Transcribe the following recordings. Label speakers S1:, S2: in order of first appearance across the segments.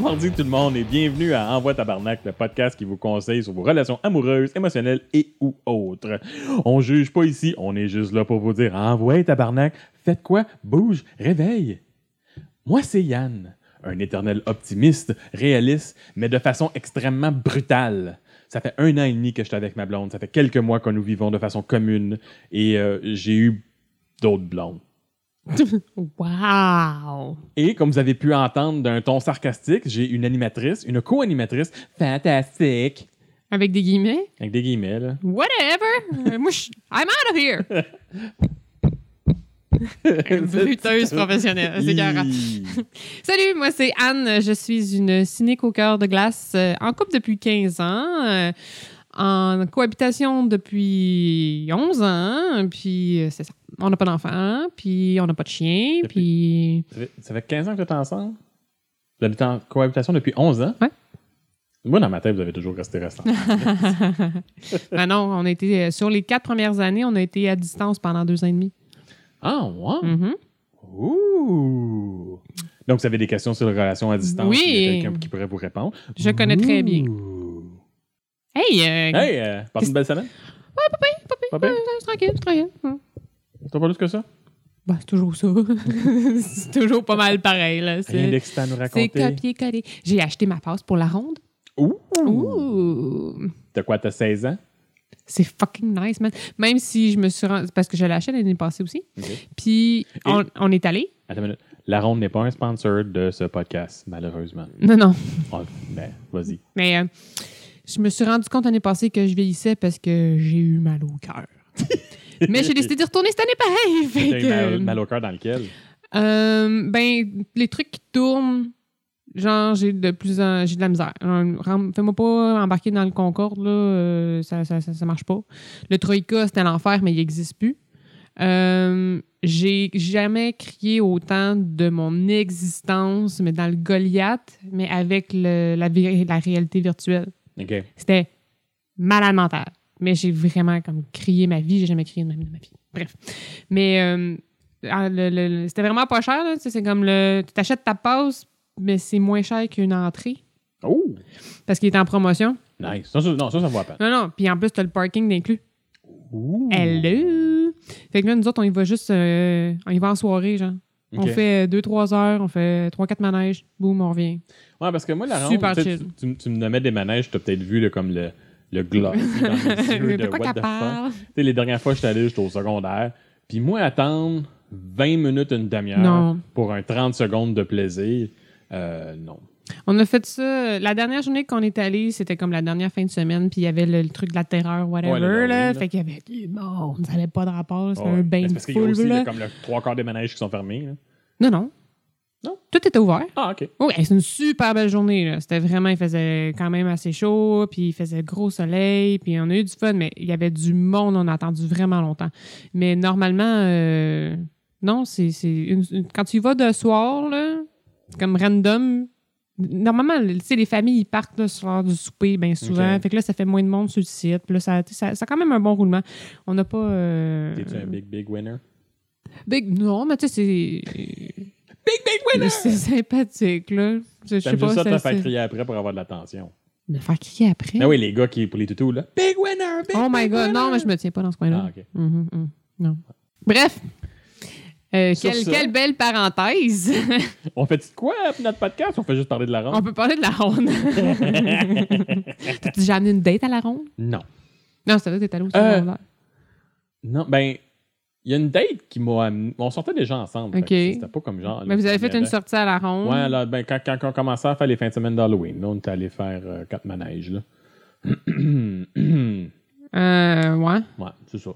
S1: mardi tout le monde et bienvenue à Envoi Tabarnak, le podcast qui vous conseille sur vos relations amoureuses, émotionnelles et ou autres. On juge pas ici, on est juste là pour vous dire Envoie Tabarnak, faites quoi, bouge, réveille. Moi c'est Yann, un éternel optimiste, réaliste, mais de façon extrêmement brutale. Ça fait un an et demi que je suis avec ma blonde, ça fait quelques mois que nous vivons de façon commune et euh, j'ai eu d'autres blondes.
S2: Wow!
S1: Et comme vous avez pu entendre d'un ton sarcastique, j'ai une animatrice, une co-animatrice fantastique.
S2: Avec des guillemets?
S1: Avec des guillemets, là.
S2: Whatever! Euh, Moi, je- I'm out of here! Bruteuse professionnelle, euh, c'est carré.
S1: Hi.
S2: Salut, moi c'est Anne. Je suis une cynique au cœur de glace, euh, en couple depuis 15 ans, euh, en cohabitation depuis 11 ans, puis euh, c'est ça. On n'a pas d'enfant, puis on n'a pas de chien, puis...
S1: Ça fait- Ça fait 15 ans que vous êtes ensemble? Vous habitez en cohabitation depuis 11 ans?
S2: Ouais.
S1: Moi, dans ma tête, vous avez toujours resté restant.
S2: Ben non, on a été... euh, Sur les quatre premières années, on a été à distance pendant deux ans et demi.
S1: ah, ouais?
S2: Mhm.
S1: Ouh! Donc, vous avez des questions sur les relations à distance?
S2: Oui.
S1: Il y a quelqu'un qui pourrait vous répondre.
S2: Je connais très bien.
S1: Ouh.
S2: Hey! euh,
S1: Hey, euh, passe une belle semaine? Ouais, papa, papa.
S2: euh, Tranquille, tranquille. Hum.
S1: T'as pas plus que ça?
S2: Ben, c'est toujours ça. c'est toujours pas mal pareil. Là.
S1: Rien
S2: C'est,
S1: d'excitant à nous
S2: c'est
S1: raconter.
S2: copier-coller. J'ai acheté ma passe pour la ronde.
S1: Ouh!
S2: Ouh!
S1: T'as quoi, t'as 16 ans?
S2: C'est fucking nice, man. Même si je me suis rendu. Parce que je l'ai acheté l'année passée aussi.
S1: Ok.
S2: Puis, on, on est allé.
S1: Attends une minute. La ronde n'est pas un sponsor de ce podcast, malheureusement.
S2: Non, non.
S1: Oh, ben, vas-y.
S2: Mais euh, je me suis rendu compte l'année passée que je vieillissais parce que j'ai eu mal au cœur. Mais j'ai décidé de retourner cette année pareil. Fait
S1: T'as eu mal,
S2: que-
S1: mal au cœur dans lequel?
S2: Euh, ben, les trucs qui tournent, genre, j'ai de plus en... j'ai de la misère. Euh, ram- Fais-moi pas embarquer dans le Concorde, là, euh, ça, ça, ça, ça marche pas. Le Troïka, c'était l'enfer, mais il n'existe plus. Euh, j'ai jamais crié autant de mon existence, mais dans le Goliath, mais avec le- la, vi- la réalité virtuelle.
S1: OK.
S2: C'était malade mental. Mais j'ai vraiment comme crié ma vie. J'ai jamais crié de ma, de ma vie. Bref. Mais euh, ah, le- le- le- c'était vraiment pas cher. là. Tu sais, C'est comme le. Tu t'achètes ta passe, mais c'est moins cher qu'une entrée
S1: Oh!
S2: parce qu'il est en promotion.
S1: Nice. Ça, ça- non, ça, ça vaut la peine.
S2: Non, non. Puis en plus, t'as le parking inclus.
S1: Ouh!
S2: Hello! Fait que là, nous autres, on y va juste. euh, on y va en soirée, genre.
S1: OK.
S2: On fait 2-3 heures, on fait 3-4 manèges, boum, on revient.
S1: Ouais, parce que moi, la ronde,
S2: Super
S1: tu sais,
S2: chill.
S1: tu, tu me- tu me nommais des manèges, t'as peut-être vu là, comme le, le gloss dans les yeux
S2: Mais
S1: de
S2: pourquoi
S1: what the
S2: qu'elle
S1: fuck.
S2: parle?
S1: Tu sais, les dernières fois que j'étais allé, j'étais au secondaire. Puis moi, attendre 20 minutes, une demi-heure
S2: Non.
S1: pour un 30 secondes de plaisir, euh, non.
S2: On a fait ça. euh, La dernière journée qu'on est allé, c'était comme la dernière fin de semaine, puis il y avait le, le truc de la terreur, whatever.
S1: Ouais, le
S2: là,
S1: Halloween, là.
S2: fait qu'il y avait du monde. Ça n'avait pas de rapport. C'était
S1: Ah Ouais.
S2: un
S1: Mais
S2: bain
S1: c'est
S2: de
S1: parce qu'il y a
S2: foule.
S1: aussi
S2: là.
S1: là, comme le trois quarts des manèges qui sont fermés. là.
S2: Non, non.
S1: Non?
S2: Tout était ouvert.
S1: Ah, OK.
S2: Oui, c'est une super belle journée. là. C'était vraiment, il faisait quand même assez chaud, puis il faisait gros soleil, puis on a eu du fun, mais il y avait du monde, on a attendu vraiment longtemps. Mais normalement, euh, non, c'est. c'est une- une- quand tu y vas de soir, là, comme random, normalement, tu sais, les familles, ils partent là, sur l'heure du souper, bien souvent.
S1: Ok.
S2: Fait que là, ça fait moins de monde sur le site, puis là, ça, tu sais, ça, ça a quand même un bon roulement. On n'a pas. euh,
S1: T'es-tu un big, big winner?
S2: Big- non, mais tu sais, c'est. Big, big winner! C'est sympathique, là. Je je sais
S1: J'aime
S2: pas
S1: juste ça te
S2: ça-
S1: faire
S2: ça-
S1: crier après pour avoir de l'attention.
S2: Me faire crier après.
S1: Ah oui, les gars qui pour les toutous, là. Big winner! Big,
S2: oh my
S1: big
S2: god,
S1: winner!
S2: non, mais je me tiens pas dans ce
S1: Ah,
S2: coin-là.
S1: OK.
S2: Mhm, mhm, non. Bref. Euh,
S1: Sur
S2: quelle,
S1: ça-
S2: quelle belle parenthèse!
S1: On fait quoi pour notre podcast? On fait juste parler de la
S2: On
S1: ronde?
S2: peut parler de la ronde. T'as-tu déjà amené une date à la ronde?
S1: Non.
S2: Non, c'est vrai, t'es allé au
S1: Euh,
S2: secondaire.
S1: Non, ben, il y a une date qui m'a amené. On sortait déjà ensemble.
S2: OK.
S1: fait que C'était pas comme genre.
S2: mais vous avez fait une sortie à la ronde.
S1: Ouais, là, ben, quand, quand on commençait à faire les fins de semaine d'Halloween, là, on était allé faire euh, quatre manèges, là. ouais,
S2: Euh, ouais.
S1: c'est ça.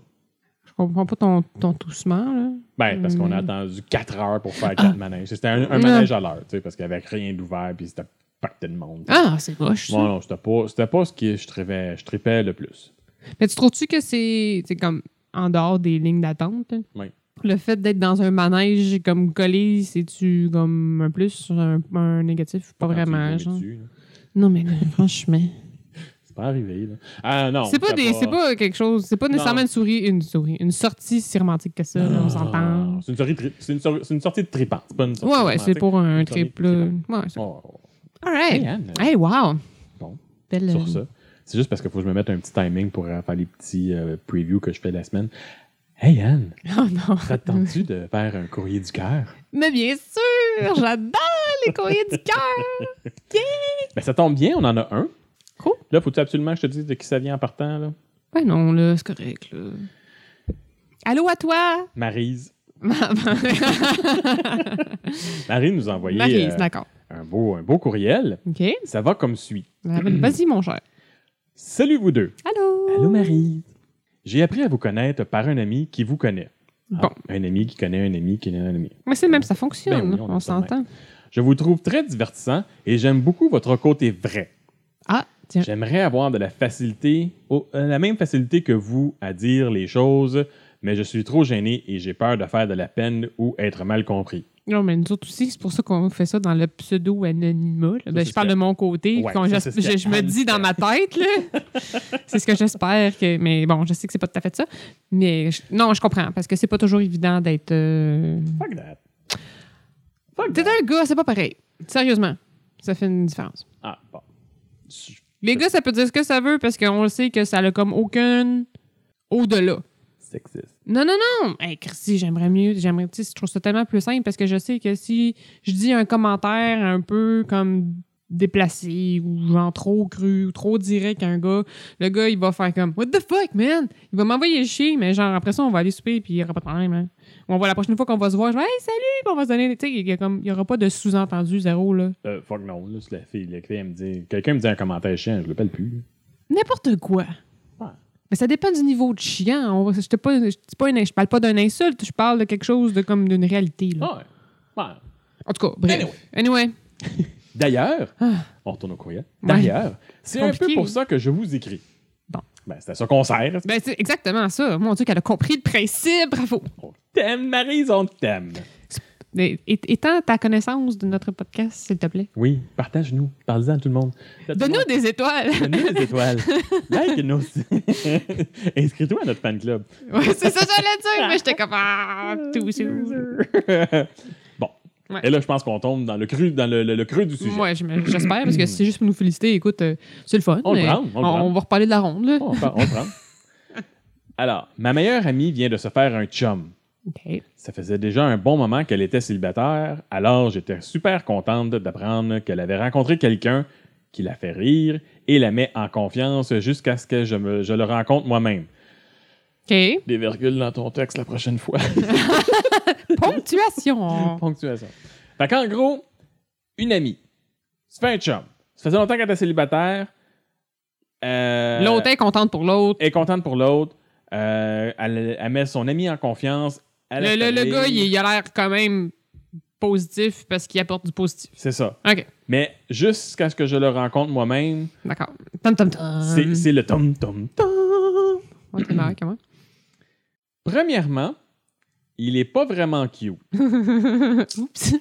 S2: Je comprends pas ton, ton toussement, là.
S1: Ben, parce qu'on a attendu 4 heures pour faire 4 manèges. C'était un, un
S2: Mm. Ah. Non.
S1: manège à l'heure, tu sais, parce qu'il n'y avait rien d'ouvert, puis c'était pacté de monde.
S2: Ah, c'est moche. ça.
S1: Bon, non, c'était pas, c'était pas ce que je tripais, je tripais le plus.
S2: Mais tu trouves-tu que c'est c'est comme en dehors des lignes d'attente? là?
S1: Oui.
S2: Le fait d'être dans un manège comme collé, c'est-tu comme un plus, un, un négatif? Pas
S1: Quand tu
S2: vraiment.
S1: le
S2: genre.
S1: mets dessus, là.
S2: Non, mais là, franchement.
S1: C'est pas arrivé, là. Ah non.
S2: C'est pas,
S1: c'était
S2: des, c'est pas quelque chose. C'est pas nécessairement une souris, une souris, une sortie si romantique que ça, là, on s'entend.
S1: Ah, Non, C'est une, sortie tri- c'est une sor- c'est une sortie de tripante. C'est pas une sortie
S2: Ouais, ouais,
S1: romantique.
S2: c'est pour un
S1: une souris
S2: trip, là. Ouais, c'est-
S1: Oh, oh, oh.
S2: All right.
S1: Hey, Anne,
S2: Hey, wow.
S1: Bon.
S2: Belle,
S1: sur
S2: euh,
S1: ça. C'est juste parce qu'il faut que je me mette un petit timing pour euh, faire les petits euh, previews que je fais la semaine. Hey Anne,
S2: Oh non.
S1: ça te tente-tu de faire un courrier du cœur?
S2: Mais bien sûr, j'adore les courriers du cœur.
S1: Ben, ça tombe bien, on en a un.
S2: Cool.
S1: Là, faut-tu absolument que je te dise de qui ça vient en partant? Là?
S2: Ouais, non, là, c'est correct, là. Allô à toi!
S1: Marise.
S2: Marie,
S1: Marie nous a envoyé euh,
S2: d'accord.
S1: un, beau, un beau courriel.
S2: OK.
S1: Ça va comme suit.
S2: Ah, ben, Vas-y, mon cher.
S1: Salut vous deux.
S2: Allô?
S1: Allô Marie. J'ai appris à vous connaître par un ami qui vous connaît.
S2: Bon.
S1: Un ami qui connaît un ami qui connaît un ami.
S2: Mais c'est même, ça fonctionne.
S1: Ben oui, on
S2: hein, on
S1: est pas de
S2: s'entend.
S1: Je vous trouve très divertissant et j'aime beaucoup votre côté vrai.
S2: Ah, tiens.
S1: J'aimerais avoir de la facilité, au- euh, la même facilité que vous à dire les choses, mais je suis trop gêné et j'ai peur de faire de la peine ou être mal compris.
S2: Non, mais nous autres aussi, c'est pour ça qu'on fait ça dans le pseudo-anonymat. là. Ben,
S1: c'est
S2: je parle
S1: ce que-
S2: de mon côté.
S1: Ouais,
S2: qu'on-
S1: ça,
S2: je,
S1: c'est ce que
S2: je- je me
S1: Anne
S2: dis dans
S1: fait.
S2: ma tête, là. c'est ce que j'espère. que Mais bon, je sais que c'est pas tout à fait ça. Mais je- non, je comprends. Parce que c'est pas toujours évident d'être. euh,
S1: Fuck that. Fuck
S2: T'es
S1: that.
S2: un gars, c'est pas pareil. Sérieusement, ça fait une différence.
S1: Ah, bon. Je-
S2: Les gars, ça peut dire ce que ça veut parce qu'on le sait que ça a comme aucune au-delà.
S1: Sexiste.
S2: Non, non, non! Hey, Christy, j'aimerais mieux. J'aimerais, tu sais, je trouve ça tellement plus simple parce que je sais que si je dis un commentaire un peu comme déplacé ou genre trop cru ou trop direct à un gars, le gars, il va faire comme What the fuck, man? Il va m'envoyer chier, mais genre après ça, on va aller souper puis il n'y aura pas de problème, hein. Ou on va la prochaine fois qu'on va se voir, je vais Hey, salut! Puis on va se donner. Tu sais, il y, a comme- il y aura pas de sous-entendu zéro, là.
S1: Euh, fuck non, là, c'est la fille. La fille, elle me dit. Quelqu'un me dit un commentaire chien, je l'appelle plus. là.
S2: N'importe quoi.
S1: Ouais.
S2: Mais ça dépend du niveau de chien. On, va- j'étais pas, je dis pas une- je parle pas d'un insulte, je parle de quelque chose de comme d'une réalité. Là.
S1: Ah, ouais. Ouais.
S2: En tout cas, bref. Anyway.
S1: D'ailleurs,
S2: Ah.
S1: on retourne au courriel.
S2: Ouais.
S1: D'ailleurs, c'est un peu
S2: compliqué.
S1: pour ça que je vous écris.
S2: Bon.
S1: Ben, c'est à ça qu'on sert.
S2: Ben, c'est exactement ça. Mon Dieu, qu'elle a compris le principe. Bravo.
S1: On t'aime, Marise, on t'aime.
S2: Mais, é- Étends ta connaissance de notre podcast, s'il te plaît.
S1: Oui, partage-nous. Parle-en à tout le monde.
S2: Donne-nous des étoiles.
S1: Donne-nous des étoiles. like nous. Inscris-toi à notre fan club.
S2: Ouais, c'est ça que j'allais dire. Mais j'étais comme. Ah, tout sûr.
S1: bon.
S2: Ouais.
S1: Et là, je pense qu'on tombe dans le creux, dans le, le- le creux du sujet. Hmm.
S2: Moi, j'im- j'espère, parce que si c'est juste pour nous féliciter, écoute, euh, c'est le fun.
S1: On le
S2: mais
S1: prend, on le prend.
S2: va reparler de la ronde, là.
S1: Bon, on, part- on prend. Alors, ma meilleure amie vient de se faire un chum.
S2: OK.
S1: Ça faisait déjà un bon moment qu'elle était célibataire, alors j'étais super contente d'apprendre qu'elle avait rencontré quelqu'un qui la fait rire et la met en confiance jusqu'à ce que je, me- je le rencontre moi-même.
S2: OK.
S1: Des virgules dans ton texte la prochaine fois.
S2: Ponctuation.
S1: Ponctuation. Fait qu'en gros, une amie se fait un chum. Ça faisait longtemps qu'elle était célibataire. Euh,
S2: L'autre est contente pour l'autre.
S1: est contente pour l'autre. Euh, elle, elle met son ami en confiance. Elle
S2: Le,
S1: la
S2: le- le
S1: fait
S2: gars,
S1: rire.
S2: il, il a l'air quand même positif parce qu'il apporte du positif.
S1: C'est ça.
S2: OK,
S1: Mais jusqu'à ce que je le rencontre moi-même,
S2: d'accord. Tom, tom, tom.
S1: C'est- C'est le tom tom tom.
S2: On est marré comment?
S1: Premièrement, il est pas vraiment cute.
S2: Oups.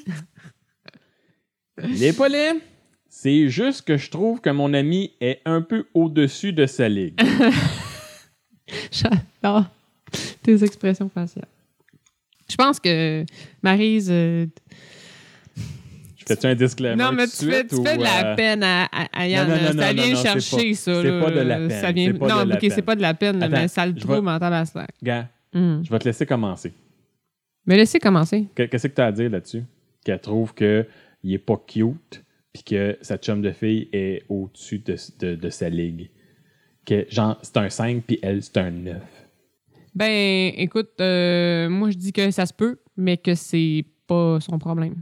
S1: Il est pas laid. C'est juste que je trouve que mon ami est un peu au-dessus de sa ligue.
S2: J'adore tes expressions faciales. Je pense que Marise. euh,
S1: Je fais-tu un disclaimer?
S2: non, mais
S1: tout
S2: tu
S1: de
S2: fais,
S1: suite
S2: tu
S1: ou,
S2: fais de la
S1: euh,
S2: peine à, à- à Yann.
S1: non, non,
S2: là. ça
S1: non,
S2: vient
S1: non, c'est
S2: chercher,
S1: pas-
S2: ça.
S1: c'est
S2: là.
S1: pas de la peine,
S2: Ça vient...
S1: c'est pas
S2: non,
S1: de la
S2: ok,
S1: peine.
S2: c'est pas de la peine,
S1: Attends,
S2: mais ça le
S1: je vais-
S2: trouve en tabaslac.
S1: Gars,
S2: Hum.
S1: je vais te laisser commencer.
S2: Mais laissez commencer.
S1: Que- Qu'est-ce que tu as à dire là-dessus? Qu'elle trouve qu'il est pas cute puis que sa chum de fille est au-dessus de, de- de sa ligue. Que, genre, c'est un 5 puis elle, c'est un 9.
S2: Ben, écoute, euh, moi, je dis que ça se peut, mais que c'est pas son problème.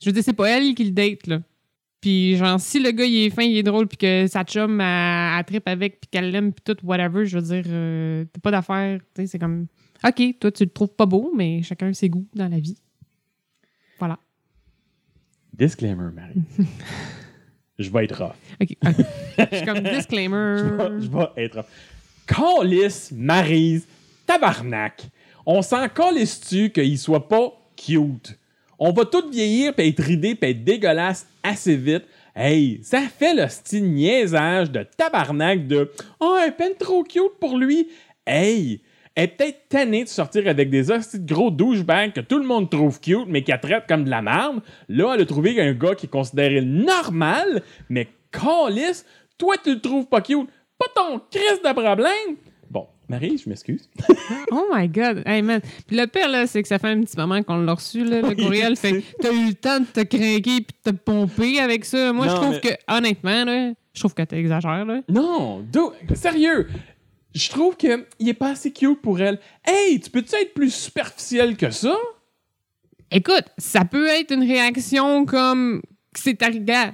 S2: Je veux dire, c'est pas elle qui le date, là. Puis, genre, si le gars, il est fin, il est drôle, puis que sa chum, elle, elle trippe avec, puis qu'elle l'aime, puis tout, whatever, je veux dire, euh, t'as pas d'affaires. Tu sais, c'est comme, OK, toi, tu le trouves pas beau, mais chacun ses goûts dans la vie. Voilà.
S1: Disclaimer, Marie. je vais être off.
S2: OK. ok. je suis comme
S1: Je
S2: disclaimer.
S1: vais, je vais être off. Calisse, Marise, tabarnak. On s'en calisse-tu qu'il soit pas cute? On va tous vieillir puis être ridés puis être dégueulasse assez vite. Hey, ça fait le style Ah, niaisage de tabarnak de « Oh, elle est peine trop cute pour lui. » Hey, Elle est peut-être tannée de sortir avec des hosties de gros douchebags que tout le monde trouve cute, mais qu'elle traite comme de la merde. Là, elle a trouvé un gars qui est considéré normal, mais calisse. Toi, tu le trouves pas cute. Pas ton crise de problème. Bon, Marie, je m'excuse.
S2: Oh my God! Hey, man. Puis le pire, là, c'est que ça fait un petit moment qu'on l'a reçu, là, le
S1: Oui,
S2: courriel.
S1: je sais.
S2: Fait que t'as eu le temps de te craquer puis de te pomper avec ça. Moi,
S1: Non,
S2: je trouve
S1: mais-
S2: que, honnêtement, là, je trouve que t'exagères, là.
S1: Non, do- sérieux. Je trouve qu'il est pas assez cute pour elle. Hey, tu peux-tu être plus superficiel que ça?
S2: Écoute, ça peut être une réaction comme que c'est arrivé à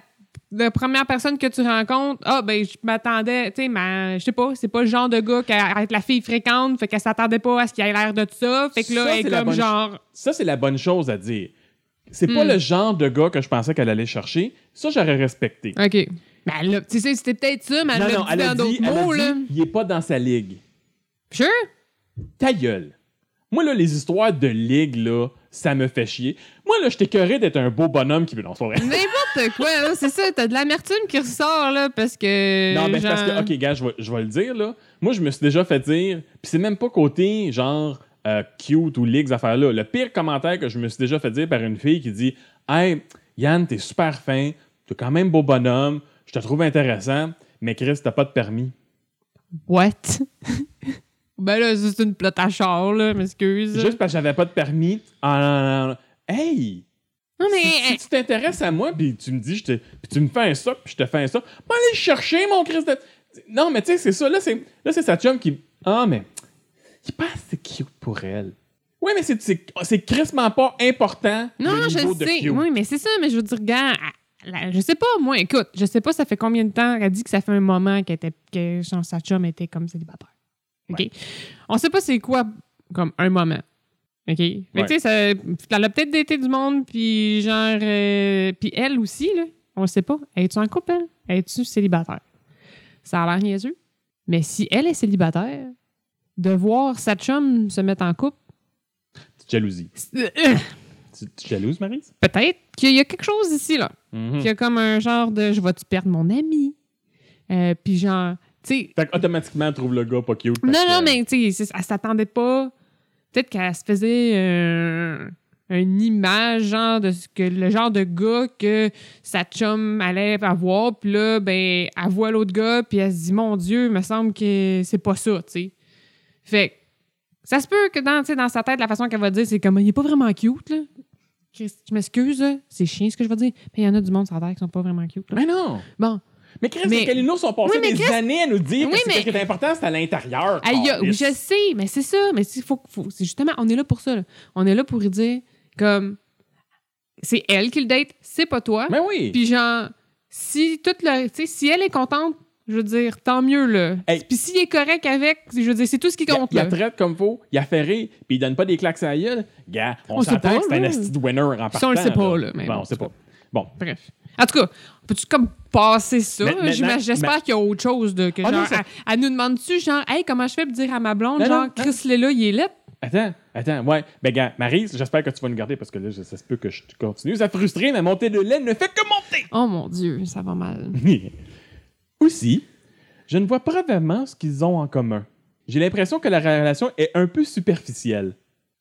S2: la première personne que tu rencontres. Ah, ben, je m'attendais, tu sais, mais je sais pas, c'est pas le genre de gars qui a à être la fille fréquente, fait qu'elle s'attendait pas à ce qu'il ait l'air de tout ça. Fait que là,
S1: Ça,
S2: elle
S1: c'est
S2: est
S1: la
S2: comme
S1: bonne-
S2: genre.
S1: Ça, c'est la bonne chose à dire. C'est pas
S2: Hmm.
S1: le genre de gars que je pensais qu'elle allait chercher. Ça, j'aurais respecté.
S2: OK. Ben, elle l'a- tu sais, c'était peut-être ça, mais elle l'a dit dans d'autres
S1: elle a
S2: mots,
S1: dit,
S2: là.
S1: il est pas dans sa ligue.
S2: Sure?
S1: Ta gueule. Moi, là, les histoires de ligue, là, ça me fait chier. Moi, là, je t'écœurais d'être un beau bonhomme qui veut. Non, c'est pas vrai.
S2: N'importe quoi, là, c'est ça, t'as de l'amertume qui ressort, là, parce que.
S1: Non, mais c'est
S2: genre-
S1: parce que, ok, gars, je vais, je vais le dire, là. Moi, je me suis déjà fait dire, puis c'est même pas côté, genre, euh, cute ou leaks, affaire-là. Le pire commentaire que je me suis déjà fait dire par une fille qui dit Hey, Yann, t'es super fin, t'es quand même beau bonhomme, je te trouve intéressant, mais Chris, t'as pas de permis.
S2: What? ben là, c'est une plotte à char, là, m'excuse.
S1: Juste parce que j'avais pas de permis. Ah, non, non, non. Hey!
S2: Non, mais.
S1: Si, si tu t'intéresses à moi, puis tu me dis, je te- puis tu me fais un ça, puis je te fais un ça, ben allez le chercher, mon Christ. de- Non, mais tu sais, c'est ça. Là, c'est là, c'est sa chum qui. Ah, mais. Il est pas assez cute pour elle. Oui, mais c'est- c'est c'est crissement pas important.
S2: Non,
S1: le
S2: je
S1: niveau
S2: le
S1: de
S2: sais.
S1: cute.
S2: Oui, mais c'est ça, mais je veux dire, gars, à- la- je sais pas, moi, écoute, je sais pas, ça fait combien de temps, elle dit que ça fait un moment qu'elle était, que genre, sa chum était comme célibataire. OK? On sait pas c'est quoi, comme un moment. OK? Mais
S1: Ouais.
S2: tu sais, ça- elle a peut-être daté du monde, puis genre, euh, puis elle aussi, là, on le sait pas. Es-tu en couple, elle? Es-tu célibataire? Ça a l'air niaiseux. Mais si elle est célibataire, de voir sa chum se mettre en couple,
S1: Petite jalousie.
S2: c'est- euh,
S1: Tu, tu jalouses, Marise?
S2: peut-être qu'il y a quelque chose ici, là.
S1: Mhm.
S2: Puis il y a comme un genre de je vais-tu perdre mon ami? Euh, puis genre, tu sais,
S1: Fait qu'automatiquement, elle trouve le gars pas cute.
S2: non,
S1: parce que-
S2: non, mais tu sais, c'est- elle s'attendait pas. Peut-être qu'elle se faisait euh, une image, genre, de ce que le genre de gars que sa chum allait avoir. Puis là, ben, elle voit l'autre gars, puis elle se dit, mon Dieu, me semble que c'est pas ça, tu sais. Fait que ça se peut que dans, tu sais, dans sa tête, la façon qu'elle va dire, c'est comme, il est pas vraiment cute, là. Christ, je m'excuse, là, c'est chiant ce que je vais dire. Mais il y en a du monde sur la terre qui sont pas vraiment cute, là.
S1: Mais non!
S2: Bon.
S1: Mais Chris,
S2: Mais-
S1: les Calinos sont passés
S2: Oui, mais
S1: des
S2: Chris-
S1: années à nous dire
S2: Oui,
S1: que c'est
S2: mais-
S1: quelque chose d'important, c'est à l'intérieur.
S2: Aïe,
S1: Ah,
S2: oui,
S1: yes.
S2: je sais, mais c'est ça. Mais c'est faut, faut- c'est justement, on est là pour ça. là. On est là pour lui dire comme c'est elle qui le date, c'est pas toi.
S1: Mais Ben oui!
S2: Puis genre, si toute la, tu sais, si elle est contente, je veux dire, tant mieux là.
S1: Hey.
S2: Puis s'il est correct avec, je veux dire, c'est tout ce qui
S1: Il,
S2: compte
S1: il la
S2: là.
S1: traite comme faux, il a ferré, puis il donne pas des claques à la gueule. Gars, on,
S2: On sait
S1: s'entend
S2: pas,
S1: que c'est un
S2: là.
S1: asti de winner en partant.
S2: Ça, on le sait pas, là, mais
S1: Bon,
S2: bon,
S1: on sait
S2: c'est
S1: pas.
S2: pas-
S1: Bon.
S2: Bref. En tout cas, peux-tu comme passer ça
S1: Mais- mais-
S2: J'ima-
S1: mais-
S2: J'espère qu'il y a autre chose de que
S1: Ah non,
S2: genre,
S1: ça-
S2: elle, elle nous demande-tu genre, hey, comment je fais pour dire à ma blonde
S1: Non,
S2: genre,
S1: non,
S2: Chris Lella, il est laid?
S1: Attends, attends, ouais. Ben, gars, Marise, j'espère que tu vas nous garder parce que là, je- ça se peut que je te continue. Ça frustrer, ma montée de lait ne fait que monter.
S2: Oh mon Dieu, ça va mal.
S1: Aussi, je ne vois pas vraiment ce qu'ils ont en commun. J'ai l'impression que la relation est un peu superficielle.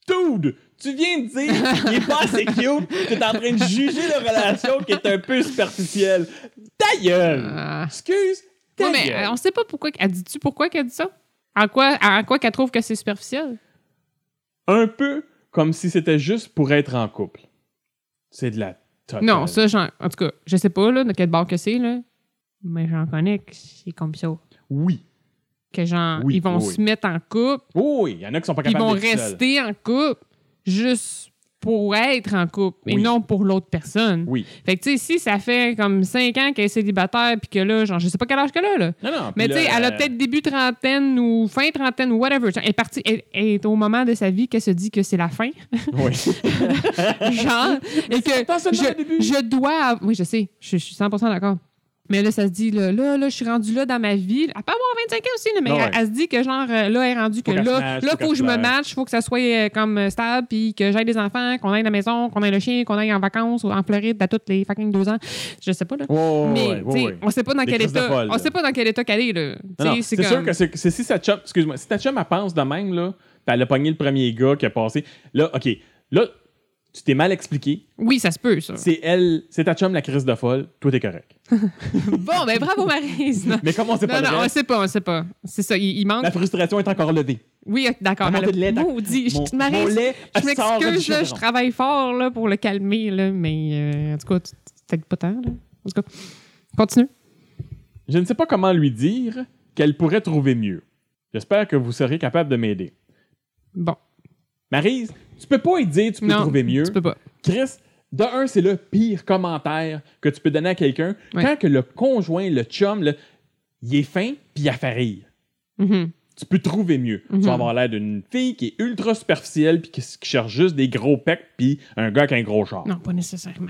S1: Dude, tu viens de dire qu'il est pas assez cute, que t'es en train de juger la relation qui est un peu superficielle. Ta gueule!
S2: Ah.
S1: Excuse, ta
S2: Ouais, mais
S1: gueule.
S2: euh, on sait pas pourquoi. Elle dit-tu pourquoi qu'elle dit ça? En quoi, en quoi qu'elle trouve que c'est superficiel?
S1: un peu comme si c'était juste pour être en couple. C'est de la totale.
S2: non, ça, j'en- en tout cas, je sais pas là, de quel bord que c'est, là. Mais j'en connais que c'est comme ça.
S1: Oui.
S2: Que genre,
S1: Oui,
S2: ils vont
S1: oui,
S2: se mettre en couple,
S1: Oh, oui, il y en a qui sont pas
S2: puis ils
S1: capables
S2: vont
S1: d'être seuls.
S2: rester en couple juste pour être en couple et
S1: Oui.
S2: non pour l'autre personne.
S1: Oui.
S2: Fait que, tu sais, si ça fait comme 5 ans qu'elle est célibataire, puis que là, genre, je sais pas quel âge qu'elle a, là.
S1: Non, non.
S2: Mais
S1: puis
S2: tu sais,
S1: là,
S2: elle a
S1: euh,
S2: peut-être début trentaine ou fin trentaine ou whatever. Elle est partie, elle- elle est au moment de sa vie qu'elle se dit que c'est la fin.
S1: Oui.
S2: genre et
S1: c'est
S2: que
S1: pas seulement
S2: je,
S1: le début.
S2: je dois av- oui je sais je, je suis 100% d'accord Mais là, ça se dit, là, là, là, je suis rendue là dans ma vie. Elle peut avoir 25 ans aussi, là, mais
S1: Ah Ouais.
S2: elle, elle se dit que, genre, euh, là, elle est rendue que
S1: Faut qu'elle se
S2: là,
S1: matche,
S2: là,
S1: faut
S2: faut que je me
S1: qu'elle se
S2: matche, faut que ça soit euh, comme euh, stable, puis que j'aille des enfants, qu'on aille à la maison, qu'on aille le chien, qu'on aille en vacances ou en Floride à toutes les fucking deux ans. Je sais pas, là.
S1: Ouais,
S2: mais,
S1: ouais, ouais,
S2: tu sais,
S1: ouais.
S2: on sait pas dans
S1: Des
S2: quel
S1: crises de
S2: état.
S1: folle,
S2: on
S1: là.
S2: sait pas dans quel état qu'elle est, là. Tu
S1: Non,
S2: sais,
S1: non, C'est
S2: comme-
S1: sûr que c'est c'est- si ta chum, excuse-moi, si ta chum, elle pense de même, là, puis elle a pogné le premier gars qui a passé, là, OK, là, tu t'es mal expliqué.
S2: Oui, ça se peut, ça.
S1: C'est elle, c'est ta chum la crise de folle, toi t'es correct.
S2: Bon, ben bravo, Marise. Non,
S1: Mais comme on sait
S2: non,
S1: pas le
S2: non, on
S1: reste,
S2: sait pas, on sait pas. C'est ça, il, il manque.
S1: la frustration est encore levée.
S2: Oui, ok, d'accord.
S1: Mon
S2: mais
S1: lait,
S2: le-
S1: ta-
S2: Maudit.
S1: mon-
S2: Je- Maryse,
S1: mon lait,
S2: je
S1: elle sort
S2: m'excuse,
S1: du
S2: là, je
S1: chaudron.
S2: travaille fort là, pour le calmer, là, mais euh, en tout cas, tu- peut-être pas tant. Là. En tout cas, continue.
S1: Je ne sais pas comment lui dire qu'elle pourrait trouver mieux. J'espère que vous serez capable de m'aider.
S2: Bon,
S1: Marise, tu peux pas lui dire tu peux
S2: non,
S1: trouver mieux.
S2: tu peux pas.
S1: Chris, de un, c'est le pire commentaire que tu peux donner à quelqu'un
S2: Ouais.
S1: quand que le conjoint, le chum, le- il est fin puis il a fait rire.
S2: Mhm.
S1: Tu peux trouver mieux.
S2: Mhm.
S1: Tu vas avoir l'air d'une fille qui est ultra superficielle puis qui, qui cherche juste des gros pecs puis un gars qui a un gros char.
S2: Non, pas nécessairement.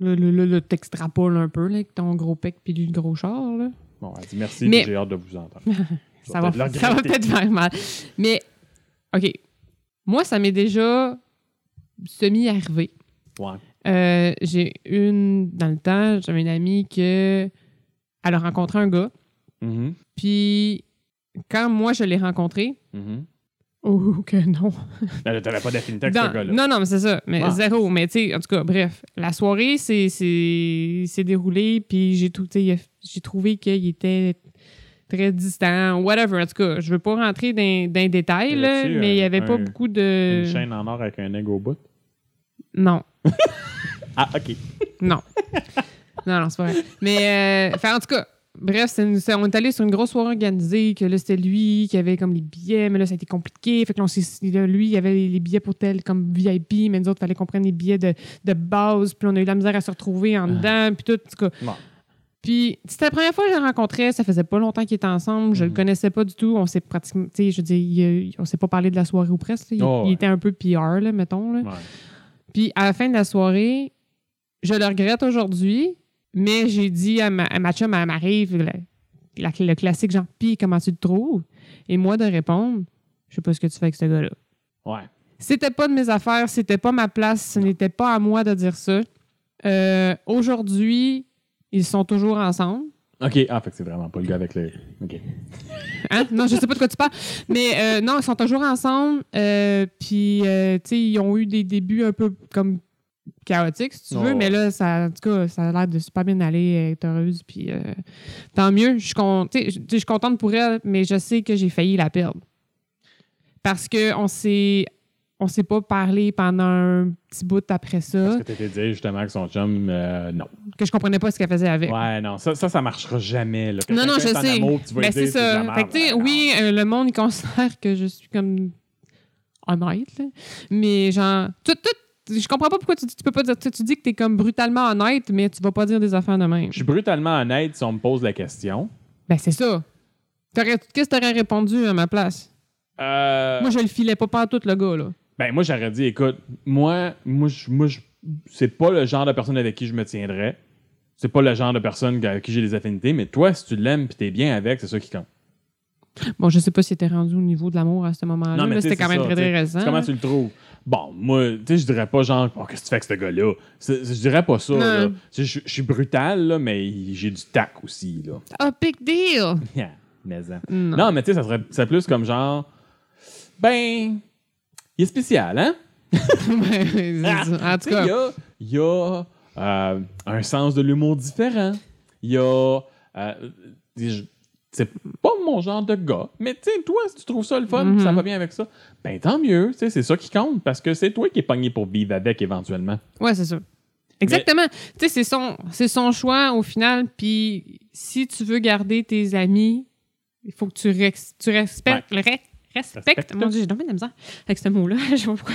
S2: Là, là, là, là, t'extrapoles un peu là, avec ton gros pec puis du gros char. Là.
S1: Bon, elle dit merci,
S2: Mais-
S1: j'ai hâte de vous entendre. Je
S2: Ça
S1: vais
S2: va,
S1: peut-être le
S2: ça va
S1: regretter.
S2: peut-être faire mal. Mais, OK. Moi, ça m'est déjà semi-arrivé.
S1: Ouais.
S2: Euh, j'ai une, dans le temps, j'avais une amie que. Elle a rencontré un gars.
S1: Mhm,
S2: Puis, quand moi, je l'ai rencontré,
S1: mhm.
S2: oh que non. Ah.
S1: Ben là, T'avais pas d'affinité avec
S2: Dans-
S1: ce gars-là.
S2: non, non, mais c'est ça. Mais
S1: Ouais.
S2: zéro. Mais, tu sais, en tout cas, bref. La soirée s'est c'est, c'est déroulée. Puis, j'ai, tout, tu sais, il a- j'ai trouvé qu'il était très distant. Whatever. En tout cas, je veux pas rentrer dans, dans les détails,
S1: Y
S2: là,
S1: avait-tu,
S2: mais il n'y
S1: euh,
S2: avait pas
S1: un-
S2: beaucoup de.
S1: Une chaîne en or avec un aigle au bout.
S2: Non.
S1: Ah, OK.
S2: Non. non, non, c'est pas vrai. Mais, euh, enfin, en tout cas, bref, c'est une- c'est- on est allé sur une grosse soirée organisée, que là, c'était lui qui avait comme les billets, mais là, ça a été compliqué. Fait que là, on s'est- là, lui, il avait les billets pour tel comme VIP, mais nous autres, il fallait qu'on prenne les billets de, de base, puis on a eu la misère à se retrouver en dedans, puis tout, en tout cas.
S1: Ah. Bon.
S2: Puis, c'était la première fois que je le rencontrais. Ça faisait pas longtemps qu'il était ensemble. Je le
S1: Mhm.
S2: connaissais pas du tout. On s'est pratiquement. Tu sais, je veux dire, il- on s'est pas parlé de la soirée ou presque. là. Il,
S1: Oh,
S2: il
S1: ouais.
S2: était un peu PR, là, mettons. Là.
S1: Ouais.
S2: Puis à la fin de la soirée, je le regrette aujourd'hui, mais j'ai dit à ma, à ma chum, elle m'arrive, le, la- le classique genre, pis comment tu te trouves? Et moi de répondre, je sais pas ce que tu fais avec ce gars-là.
S1: Ouais.
S2: C'était pas de mes affaires, c'était pas ma place, ce n'était pas à moi de dire ça. Euh, aujourd'hui, ils sont toujours ensemble.
S1: OK. Ah, fait que c'est vraiment pas le gars avec le. OK.
S2: Hein? Non, je sais pas de quoi tu parles. Mais euh, non, ils sont toujours ensemble. euh, puis, euh, tu sais, ils ont eu des débuts un peu comme chaotiques, si tu veux.
S1: Oh.
S2: Mais là, ça, en tout cas, ça a l'air de super bien aller, être heureuse. Puis, euh, tant mieux. Je suis con- tu sais, je- tu sais, je suis contente pour elle, mais je sais que j'ai failli la perdre. Parce qu'on s'est. On s'est pas parlé pendant un petit bout après
S1: Parce
S2: ça,
S1: que t'étais dit justement que son chum, euh, non.
S2: que je comprenais pas ce qu'elle faisait avec.
S1: Ouais, non, ça, ça, ça marchera jamais. Là. Quand
S2: Non, non,
S1: quelqu'un
S2: je
S1: est en
S2: sais.
S1: amour, tu vas
S2: Ben,
S1: lui dire,
S2: c'est
S1: de la
S2: ça.
S1: merde.
S2: Fait que, tu sais,
S1: Ah, non.
S2: oui, euh, le monde, il considère que je suis comme honnête, là. mais genre, tout, tout, je comprends pas pourquoi tu, dis- tu peux pas dire, tu, tu dis que t'es comme brutalement honnête, mais tu vas pas dire des affaires de même.
S1: Je suis brutalement honnête si on me pose la question.
S2: Ben, c'est ça. T'aurais- Qu'est-ce que t'aurais répondu à ma place?
S1: Euh,
S2: Moi, je le filais pas pas tout le gars, là.
S1: ben, moi, j'aurais dit, écoute, moi, moi, je- moi je- c'est pas le genre de personne avec qui je me tiendrais. C'est pas le genre de personne avec qui j'ai des affinités, mais toi, si tu l'aimes et t'es bien avec, c'est ça qui compte.
S2: Bon, je sais pas si t'es rendu au niveau de l'amour à ce moment-là,
S1: Non, mais
S2: là,
S1: tu sais,
S2: c'était quand
S1: c'est
S2: même
S1: ça,
S2: très,
S1: tu sais.
S2: très récent.
S1: C'est Comment
S2: là.
S1: tu le trouves? Bon, moi, tu sais, je dirais pas genre, oh, qu'est-ce que tu fais avec ce gars-là? C'est- Je dirais pas ça.
S2: Non.
S1: là. Tu sais, Je je suis brutal, là, mais j'ai du tac aussi. Là.
S2: Ah, big deal!
S1: Yeah, mais, hein.
S2: Non.
S1: Non, mais tu sais, ça serait, ça serait plus comme genre, ben, il est spécial, hein?
S2: Ben, c'est
S1: Ah!
S2: ça. en tout
S1: Tu sais,
S2: cas,
S1: il y a, il y a, euh, un sens de l'humour différent. Il y a. euh, je- c'est pas mon genre de gars, mais tu sais, toi, si tu trouves ça le fun,
S2: Mhm.
S1: ça va bien avec ça, ben tant mieux, tu sais, c'est ça qui compte, parce que c'est toi qui es pogné pour vivre avec éventuellement.
S2: Ouais, c'est ça. Exactement. Tu sais, c'est son, c'est son choix au final. Puis si tu veux garder tes amis, il faut que tu, rex- tu respectes le reste. Respecte.
S1: Respecte.
S2: Mon Dieu, j'ai donc bien de la misère avec ce mot-là. Je sais pas pourquoi.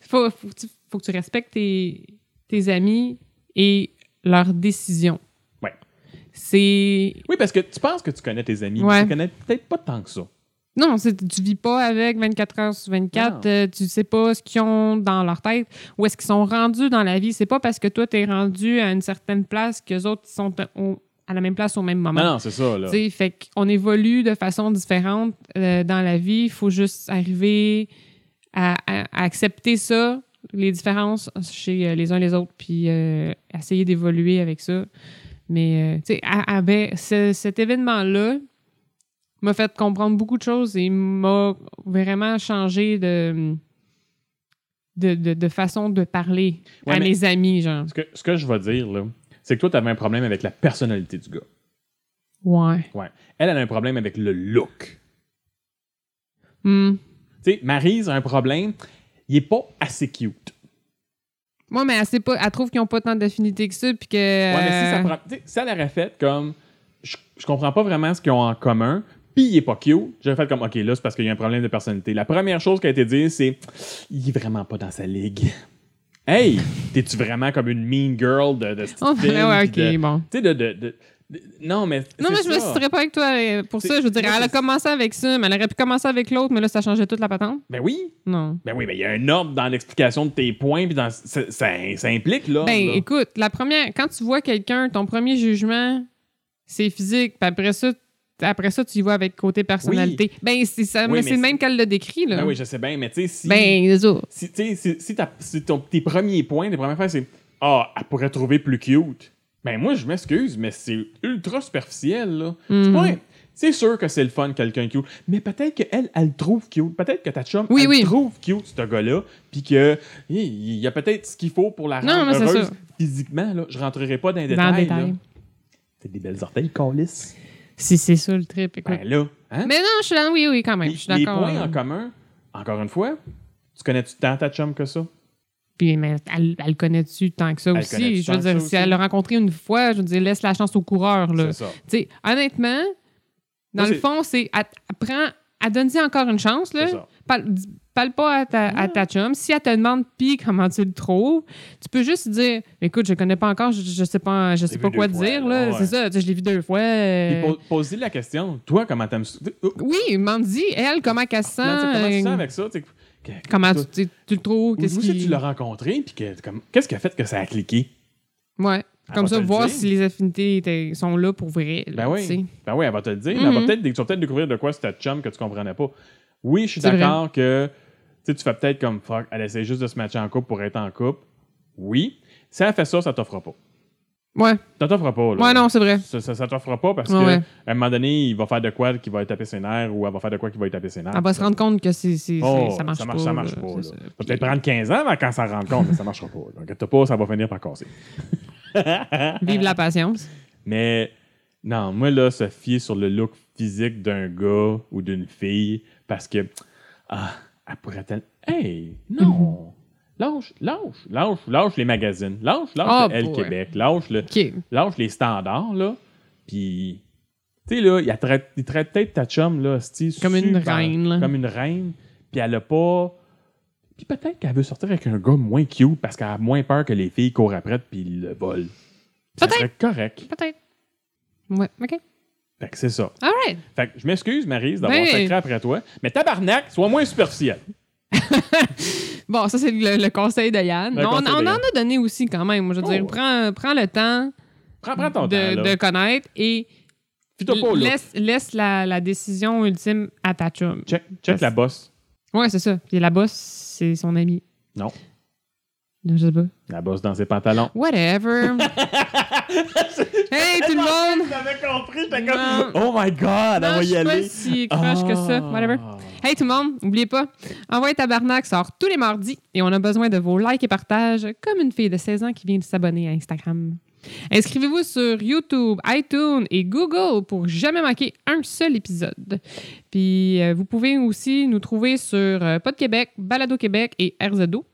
S2: faut, faut, que tu, faut que tu respectes tes, tes amis et leurs décisions.
S1: Ouais.
S2: C'est.
S1: Oui, parce que tu penses que tu connais tes amis, mais
S2: Ouais.
S1: tu connais peut-être pas tant que ça.
S2: Non, c'est- tu vis pas avec 24 heures sur 24.
S1: Non.
S2: euh, tu sais pas ce qu'ils ont dans leur tête, où est-ce qu'ils sont rendus dans la vie. C'est pas parce que toi, t'es rendu à une certaine place que les autres ils sont au- à la même place au même moment.
S1: Non, non, c'est ça, là.
S2: Tu sais, fait qu'on évolue de façon différente euh, dans la vie. Il faut juste arriver à, à- à accepter ça, les différences chez euh, les uns les autres, puis euh, essayer d'évoluer avec ça. Mais, euh, tu sais, à- à- ben, ce- cet événement-là m'a fait comprendre beaucoup de choses et m'a vraiment changé de, de, de- de façon de parler
S1: Ouais,
S2: à
S1: mais-
S2: mes amis, genre.
S1: Ce que, ce que je vais dire, là, c'est que toi, t'avais un problème avec la personnalité du gars.
S2: Ouais.
S1: Ouais. Elle, elle a un problème avec le look.
S2: Hmm.
S1: Tu sais, Maryse a un problème. Il est pas assez cute.
S2: Moi, mais elle, sait pas, elle trouve qu'ils n'ont pas tant d'affinité que ça, puis que...
S1: Ouais, mais si ça
S2: euh,
S1: prend. tu sais, si elle aurait fait comme. Je, je comprends pas vraiment ce qu'ils ont en commun, puis il est pas cute, j'aurais fait comme, OK, là, c'est parce qu'il y a un problème de personnalité. La première chose qui a été dit, c'est. Il est vraiment pas dans sa ligue. Hey, t'es-tu vraiment comme une mean girl de, de ce
S2: Oh,
S1: film,
S2: ben ouais,
S1: puis de-
S2: ok, bon.
S1: Tu sais, de, de- de- de- Non, mais.
S2: Non, mais
S1: c'est
S2: je me
S1: ça.
S2: citerai pas avec toi euh, pour
S1: C'est-
S2: ça. Je veux dire,
S1: moi,
S2: elle a
S1: c'est-
S2: commencé avec ça, mais elle aurait pu commencer avec l'autre, mais là, ça changeait toute la patente.
S1: Ben oui.
S2: Non.
S1: Ben oui, mais il y a un ordre dans l'explication de tes points, puis dans, ça, ça- ça implique, là.
S2: Ben,
S1: là.
S2: écoute, la première, quand tu vois quelqu'un, ton premier jugement, c'est physique, puis après ça, t- après ça, tu y vois avec côté personnalité. Ben, c'est ça,
S1: Oui,
S2: mais
S1: mais
S2: c'est le
S1: c'est-
S2: même qu'elle le décrit, là.
S1: Ben oui, je sais bien, mais tu sais, si.
S2: hein. Ben, les autres.
S1: si, tu sais, si, si ta- si ton- tes premiers points, tes premières phrases, c'est Ah, elle pourrait trouver plus cute. Ben, moi, je m'excuse, mais c'est ultra superficiel, là.
S2: Hmm.
S1: C'est pas un- C'est sûr que c'est le fun, quelqu'un cute. Mais peut-être qu'elle, elle le trouve cute. Peut-être que ta chum,
S2: Oui,
S1: elle
S2: oui.
S1: trouve cute, ce gars-là. Puis que il il y a peut-être ce qu'il faut pour la
S2: Non,
S1: rendre
S2: mais c'est
S1: heureuse
S2: ça.
S1: physiquement, là. Je rentrerai pas dans les
S2: Dans le
S1: détails. là.
S2: détail.
S1: T'as des belles orteils, câlisse.
S2: Si c'est ça le trip, écoute.
S1: Ben là, hein?
S2: mais non, je suis là, oui, oui, quand même. Je suis
S1: les, les
S2: d'accord. hein.
S1: points en commun, encore une fois, tu connais-tu tant ta chum que ça?
S2: Puis, mais elle, elle connaît-tu tant que ça
S1: Elle connaît-tu
S2: aussi? Je
S1: tant
S2: veux
S1: que ça
S2: dire,
S1: aussi?
S2: si elle l'a rencontré une fois, je veux dire, laisse la chance au coureur, là.
S1: C'est ça.
S2: Tu sais, honnêtement, dans
S1: Moi,
S2: le
S1: c'est-
S2: fond, c'est à, donner encore une chance.
S1: C'est
S2: Là.
S1: ça.
S2: Parle, dis- parle pas à ta, à ta chum. Si elle te demande pis comment tu le trouves, tu peux juste dire écoute, je connais pas encore, je, je sais pas, je sais
S1: vu
S2: pas
S1: deux
S2: quoi
S1: fois,
S2: dire.
S1: là,
S2: là.
S1: ouais.
S2: C'est ça, tu sais, je l'ai vu deux fois. euh,
S1: Puis po- poser la question, toi, comment t'aimes ça? Oh,
S2: Oui, Mandy, elle, comment qu'elle se sent
S1: comment tu te sens
S2: euh,
S1: avec ça? T'sais, que-
S2: Comment
S1: toi-
S2: tu, tu- tu le trouves
S1: Où
S2: Qu'est-ce
S1: où c'est que
S2: qui-
S1: tu l'as rencontré? Puis que- comme- qu'est-ce qui a fait que ça a cliqué?
S2: Ouais.
S1: Elle
S2: Comme
S1: va te
S2: ça,
S1: le
S2: voir
S1: dire.
S2: si les affinités étaient- sont là pour vrai. là,
S1: Ben
S2: tu sais.
S1: oui. Ben oui, elle va te le dire. Elle va
S2: Mhm.
S1: peut-être, tu vas peut-être découvrir de quoi c'est ta chum que tu comprenais pas. Oui, je suis
S2: C'est vrai.
S1: d'accord que tu sais, tu fais peut-être comme fuck, elle essaie juste de se matcher en couple pour être en couple. Oui. Si elle fait ça, ça t'offre pas.
S2: Ouais.
S1: Ça t'offre pas. Là.
S2: ouais, non, c'est vrai.
S1: Ça, ça, ça t'offre pas parce
S2: Ouais,
S1: que
S2: ouais.
S1: à un moment donné, il va faire de quoi qui va être taper ses nerfs ou elle va faire de quoi qui va être taper ses nerfs.
S2: Elle va se rendre compte que c'est, c'est- c'est-
S1: Oh,
S2: ça marche pas.
S1: Ça marche
S2: là,
S1: pas.
S2: c'est
S1: là.
S2: ça.
S1: Ça va peut-être prendre 15 ans avant quand ça rende compte, mais ça marchera pas. là. Inquiète-toi pas, ça va finir par casser.
S2: Vive la patience.
S1: Mais non, moi, là, se fier sur le look physique d'un gars ou d'une fille parce que, ah, elle pourrait elle Hey,
S2: Mhm.
S1: non! Lâche, lâche, lâche, lâche les magazines. Lâche, lâche
S2: Oh
S1: le Elle
S2: boy.
S1: Québec. Lâche, le,
S2: OK.
S1: lâche les standards, là. Puis, tu sais, là, il traite, il traite peut-être ta chum, là, c'ti,
S2: Comme une
S1: super-
S2: reine, là.
S1: Comme une reine. Puis elle a pas. Puis peut-être qu'elle veut sortir avec un gars moins cute parce qu'elle a moins peur que les filles courent après puis le volent. Ça
S2: Peut-être.
S1: serait correct.
S2: Peut-être. Ouais, OK.
S1: Fait que c'est ça.
S2: All right.
S1: Fait que je m'excuse, Marise, d'avoir
S2: Ben.
S1: sacré après toi, mais tabarnak, sois moins superficiel.
S2: Bon, ça, c'est le, le conseil de Yann.
S1: Le
S2: Mais on,
S1: conseil de
S2: on
S1: Yann.
S2: en a donné aussi quand même. Je veux
S1: Oh,
S2: dire,
S1: ouais.
S2: prends, prends le temps
S1: Prends, prends ton
S2: de,
S1: temps,
S2: de
S1: là.
S2: connaître et
S1: Fis-toi pas, là.
S2: laisse, laisse la, la décision ultime à ta chum.
S1: Check, check la bosse.
S2: Ouais, c'est ça. Puis la bosse, c'est son ami.
S1: Non.
S2: Je sais pas.
S1: La bosse dans ses pantalons.
S2: Whatever. hey, tout le monde!
S1: J'avais compris, t'as
S2: Non.
S1: Oh my God,
S2: Non,
S1: on va
S2: je
S1: y
S2: suis pas
S1: aller.
S2: si croche que ça. Whatever.
S1: Ah.
S2: Hey tout le monde, n'oubliez pas, Envoyez Tabarnak sort tous les mardis et on a besoin de vos likes et partages comme une fille de 16 ans qui vient de s'abonner à Instagram. Inscrivez-vous sur YouTube, iTunes et Google pour jamais manquer un seul épisode. Puis euh, vous pouvez aussi nous trouver sur euh, Pod Québec, Balado Québec et RZO.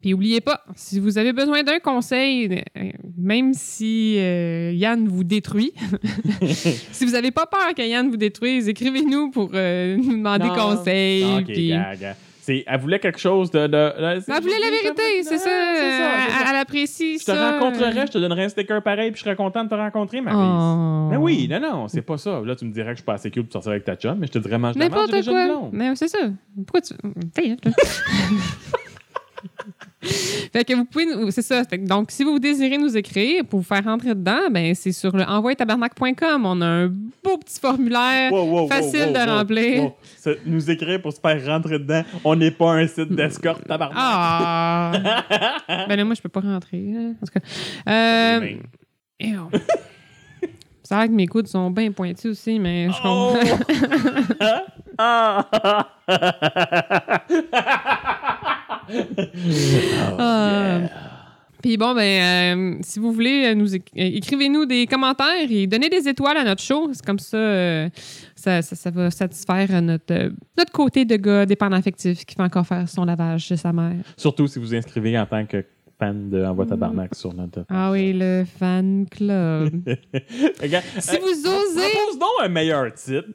S2: Puis n'oubliez pas, si vous avez besoin d'un conseil, euh, même si euh, Yann vous détruit, si vous n'avez pas peur que Yann vous détruise, écrivez-nous pour euh, nous demander
S1: Non.
S2: conseil.
S1: Ok,
S2: puis-
S1: gars, gars. C'est, elle voulait quelque chose de. de, de-
S2: Elle voulait la vérité, c'est ça. euh,
S1: c'est ça.
S2: Elle, elle apprécie
S1: Je te
S2: ça.
S1: rencontrerais, je te donnerais un sticker pareil, puis je serais content de te rencontrer, Maryse.
S2: Oh.
S1: Mais oui, non, non, c'est pas ça. Là, tu me dirais que je suis pas assez cute pour sortir avec ta chum, mais je te dirais mange de la marde, j'ai
S2: N'importe
S1: déjà une
S2: quoi.
S1: blonde.
S2: Mais c'est ça. Pourquoi tu. Ta gueule, toi. fait que vous pouvez. nous- C'est ça. Fait que donc, si vous désirez nous écrire pour vous faire rentrer dedans, ben c'est sur le envoyetabarnak.com. On a un beau petit formulaire.
S1: Wow, wow, wow,
S2: Facile
S1: wow,
S2: de
S1: wow,
S2: remplir.
S1: wow. Ça- Nous écrire pour se faire rentrer dedans. On n'est pas un site d'escorte,
S2: Mm.
S1: tabarnak.
S2: Ah! ben là, moi, je peux pas rentrer. hein. En tout cas. Euh,
S1: Mais-
S2: eh oh. Ça a l'air que mes coudes sont bien pointus aussi, mais je comprends.
S1: Oh! Ah!
S2: Ah. Puis bon, ben, euh, si vous voulez, euh, nous éc- euh, écrivez-nous des commentaires et donnez des étoiles à notre show. C'est comme ça, euh, ça, ça, ça va satisfaire euh, notre, euh, notre côté de gars dépendant affectif qui fait encore faire son lavage chez sa mère.
S1: Surtout si vous inscrivez en tant que fan de Envoi Tabarnak sur notre.
S2: Ah oui, le fan club.
S1: Regarde,
S2: si
S1: euh,
S2: vous osez,
S1: propose donc un meilleur titre.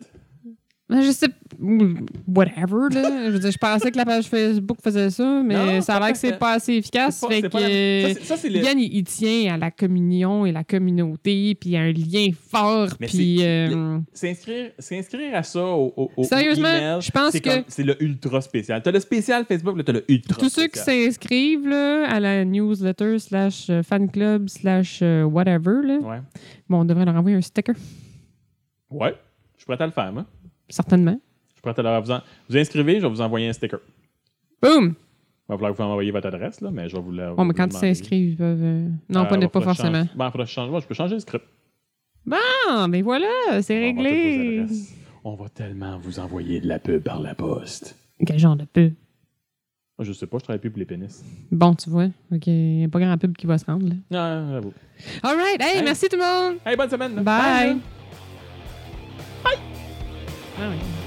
S2: Ben, je sais, whatever là. Je veux dire, je pensais que la page Facebook faisait ça, mais
S1: Non,
S2: ça a l'air que
S1: c'est
S2: c'est pas assez efficace.
S1: C'est pas-
S2: fait
S1: c'est
S2: que
S1: pas la- Ça, c'est- ça, c'est le-
S2: Yann, il, il tient à la communion et la communauté, puis il y a un lien fort,
S1: Mais
S2: puis...
S1: c'est-
S2: euh,
S1: S'inscrire, s'inscrire à ça au, au, au-
S2: Sérieusement,
S1: au email,
S2: je pense
S1: c'est
S2: que-
S1: comme- c'est le ultra spécial. T'as le spécial Facebook, là, t'as le ultra
S2: Tous ceux qui
S1: spécial.
S2: s'inscrivent là, à la newsletter slash euh, fan club slash euh, whatever, là,
S1: Ouais.
S2: bon, on devrait leur envoyer un sticker,
S1: Ouais. Je suis prêt à le faire, moi.
S2: certainement.
S1: Je suis prêt à leur vous, en- vous inscrivez, je vais vous envoyer un sticker.
S2: Boum!
S1: Il va falloir que vous m'envoyiez votre adresse, là, mais je vais vous la.
S2: Bon, mais
S1: vous
S2: quand ils
S1: demander.
S2: s'inscrivent, ils peuvent... euh, Non,
S1: Euh,
S2: pas,
S1: va falloir que
S2: pas
S1: je change-
S2: forcément.
S1: Ben, il faudra que je change. moi, Je peux changer le script.
S2: Ah, mais voilà, c'est
S1: On va toutes vos
S2: réglé!
S1: adresses. On va tellement vous envoyer de la pub par la poste.
S2: Quel genre de peu?
S1: Moi, Je sais pas, je travaille plus pour les pénis.
S2: Bon, tu vois. OK, il n'y a pas grand pub qui va se rendre. Là.
S1: Non, Ah, j'avoue.
S2: All right. Hey,
S1: Hey.
S2: merci tout le monde.
S1: Hey, bonne semaine! là.
S2: Bye.
S1: là.
S2: Ah oui.